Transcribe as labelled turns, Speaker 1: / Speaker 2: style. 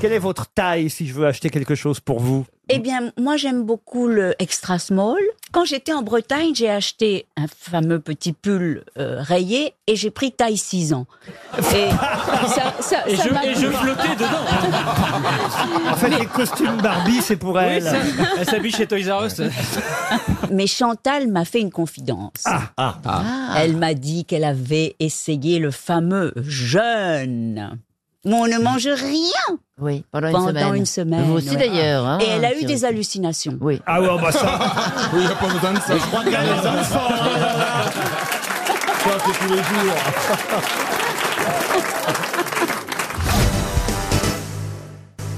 Speaker 1: Quelle est votre taille si je veux acheter quelque chose pour vous
Speaker 2: Eh bien, moi, j'aime beaucoup le extra small. Quand j'étais en Bretagne, j'ai acheté un fameux petit pull euh, rayé et j'ai pris taille 6 ans. Et ça, ça-
Speaker 3: Et
Speaker 2: ça
Speaker 3: je,
Speaker 2: m'a
Speaker 3: et je
Speaker 2: plu.
Speaker 3: flottais dedans.
Speaker 1: En fait, les costumes Barbie, c'est pour
Speaker 3: Oui,
Speaker 1: elle.
Speaker 3: ça- elle s'habille chez Toys R Us.
Speaker 2: Mais Chantal m'a fait une confidence.
Speaker 1: ah,
Speaker 2: Elle m'a dit qu'elle avait essayé le fameux jeûne. Mais on ne mange rien
Speaker 4: Oui, pendant,
Speaker 2: pendant
Speaker 4: une semaine.
Speaker 2: une semaine.
Speaker 4: Vous aussi
Speaker 2: ouais.
Speaker 4: d'ailleurs.
Speaker 3: Ah,
Speaker 4: hein,
Speaker 2: Et elle a eu
Speaker 4: Thierry.
Speaker 2: des hallucinations.
Speaker 4: Oui.
Speaker 1: Ah ouais, bah ça,
Speaker 5: Oui, il n'y a pas besoin de ça. Je crois qu'il y a des enfants. Ça, c'est tous les jours.